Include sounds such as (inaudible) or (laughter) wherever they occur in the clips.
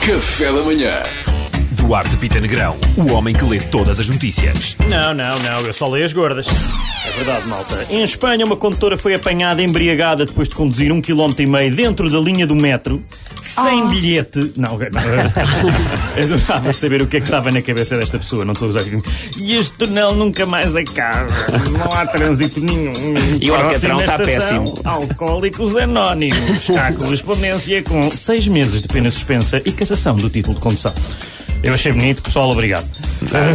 Café da Manhã. Duarte Pita Negrão, o homem que lê todas as notícias. Não, não, não, eu só leio as gordas. É verdade, malta. Em Espanha, uma condutora foi apanhada embriagada depois de conduzir um quilómetro e meio dentro da linha do metro, sem Ah. bilhete. (laughs) Não, não. eu adorava saber o que é que estava na cabeça desta pessoa, não estou a usar. E este túnel nunca mais acaba. Não há trânsito nenhum. E o Próximo Alcatrão da está estação, péssimo. Alcoólicos Anónimos. Há correspondência com seis meses de pena suspensa e cassação do título de condução. Eu achei bonito, pessoal, obrigado. Ah,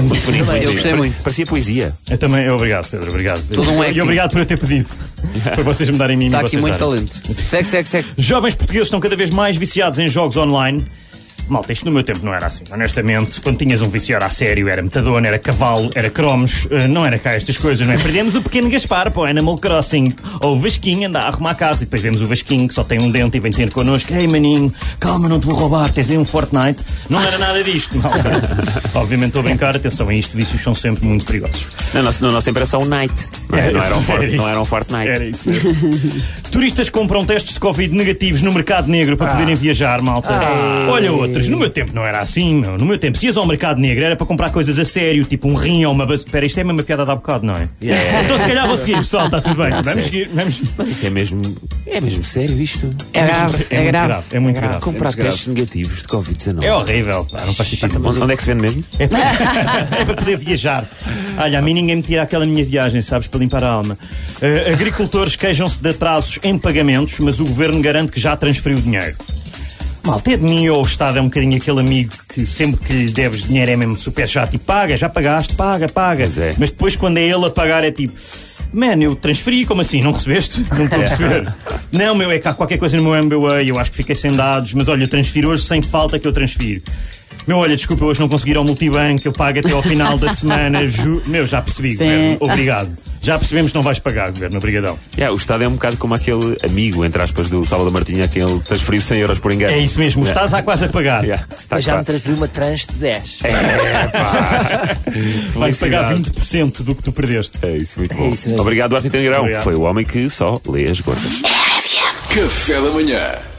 Eu gostei muito. Parecia poesia. Eu também, eu obrigado, Pedro, obrigado. Todo um e acting. obrigado por eu (laughs) ter pedido. por vocês me darem mim Está Tá aqui muito talento. Segue, segue, segue. Jovens portugueses estão cada vez mais viciados em jogos online. Malta, isto no meu tempo não era assim, honestamente. Quando tinhas um viciado a sério, era metadona, era cavalo, era cromos, eh, não era cá estas coisas, não é? Perdemos o pequeno Gaspar para o Animal Crossing. Ou o Vasquinho anda a arrumar a casa e depois vemos o Vasquinho que só tem um dente e vem ter connosco. Ei maninho, calma, não te vou roubar, tens aí um Fortnite. Não era nada (laughs) disto, malta. Obviamente estou a brincar, atenção a isto, vícios são sempre muito perigosos. Na nossa, na nossa impressão, Night. Não, é? não, era, um Fort, não era um Fortnite. Era isso. mesmo. (laughs) Turistas compram testes de Covid negativos no mercado negro para poderem viajar, malta. Olha outros, no meu tempo não era assim, meu. No meu tempo, se ias ao mercado negro era para comprar coisas a sério, tipo um rim ou uma... bas- Espera, isto é mesmo uma piada de há bocado, não é? Então se calhar vou seguir, pessoal, está tudo bem. (laughs) Não sei. vamos seguir, vamos... Mas isso é mesmo. É mesmo sério isto? É grave, é, muito grave. é muito grave. Comprar testes negativos de Covid-19. É horrível, pá, não faz sentido. Onde, onde é que se vende mesmo? é (laughs) para poder viajar. Olha, a mim ninguém me tira aquela minha viagem, sabes, para limpar a alma. Eh, agricultores queixam-se de atrasos em pagamentos, mas o governo garante que já transferiu o dinheiro. Malta, é de mim ou o Estado é um bocadinho aquele amigo que sempre que lhe deves dinheiro é mesmo super chato e paga, já pagaste, paga, paga. Pois é. Mas depois quando é ele a pagar é tipo, man, eu transferi, como assim? Não recebeste? Não É. estou a perceber. não, meu, é que há qualquer coisa no meu MBA, eu acho que fiquei sem dados, mas olha, eu transfiro hoje sem falta que eu transfiro. Meu, olha, desculpa, hoje não consegui ir ao multibanco, eu pago até ao final da (laughs) semana. Ju... Meu, já percebi, governo. Obrigado. Já percebemos que não vais pagar, governo. Obrigadão. É, o Estado é um bocado como aquele amigo, entre aspas, do Salvador Martinha, a quem ele transferiu 100 euros por engano. É isso mesmo, o Estado está quase a pagar. Yeah, tá Mas já me claro. transferiu uma tranche de 10. Vai pagar Felicidade. 20% do que tu perdeste. É isso, muito bom. isso mesmo. Obrigado, Duarte Negrão. Obrigado. Foi o homem que só lê as gordas. Café da Manhã.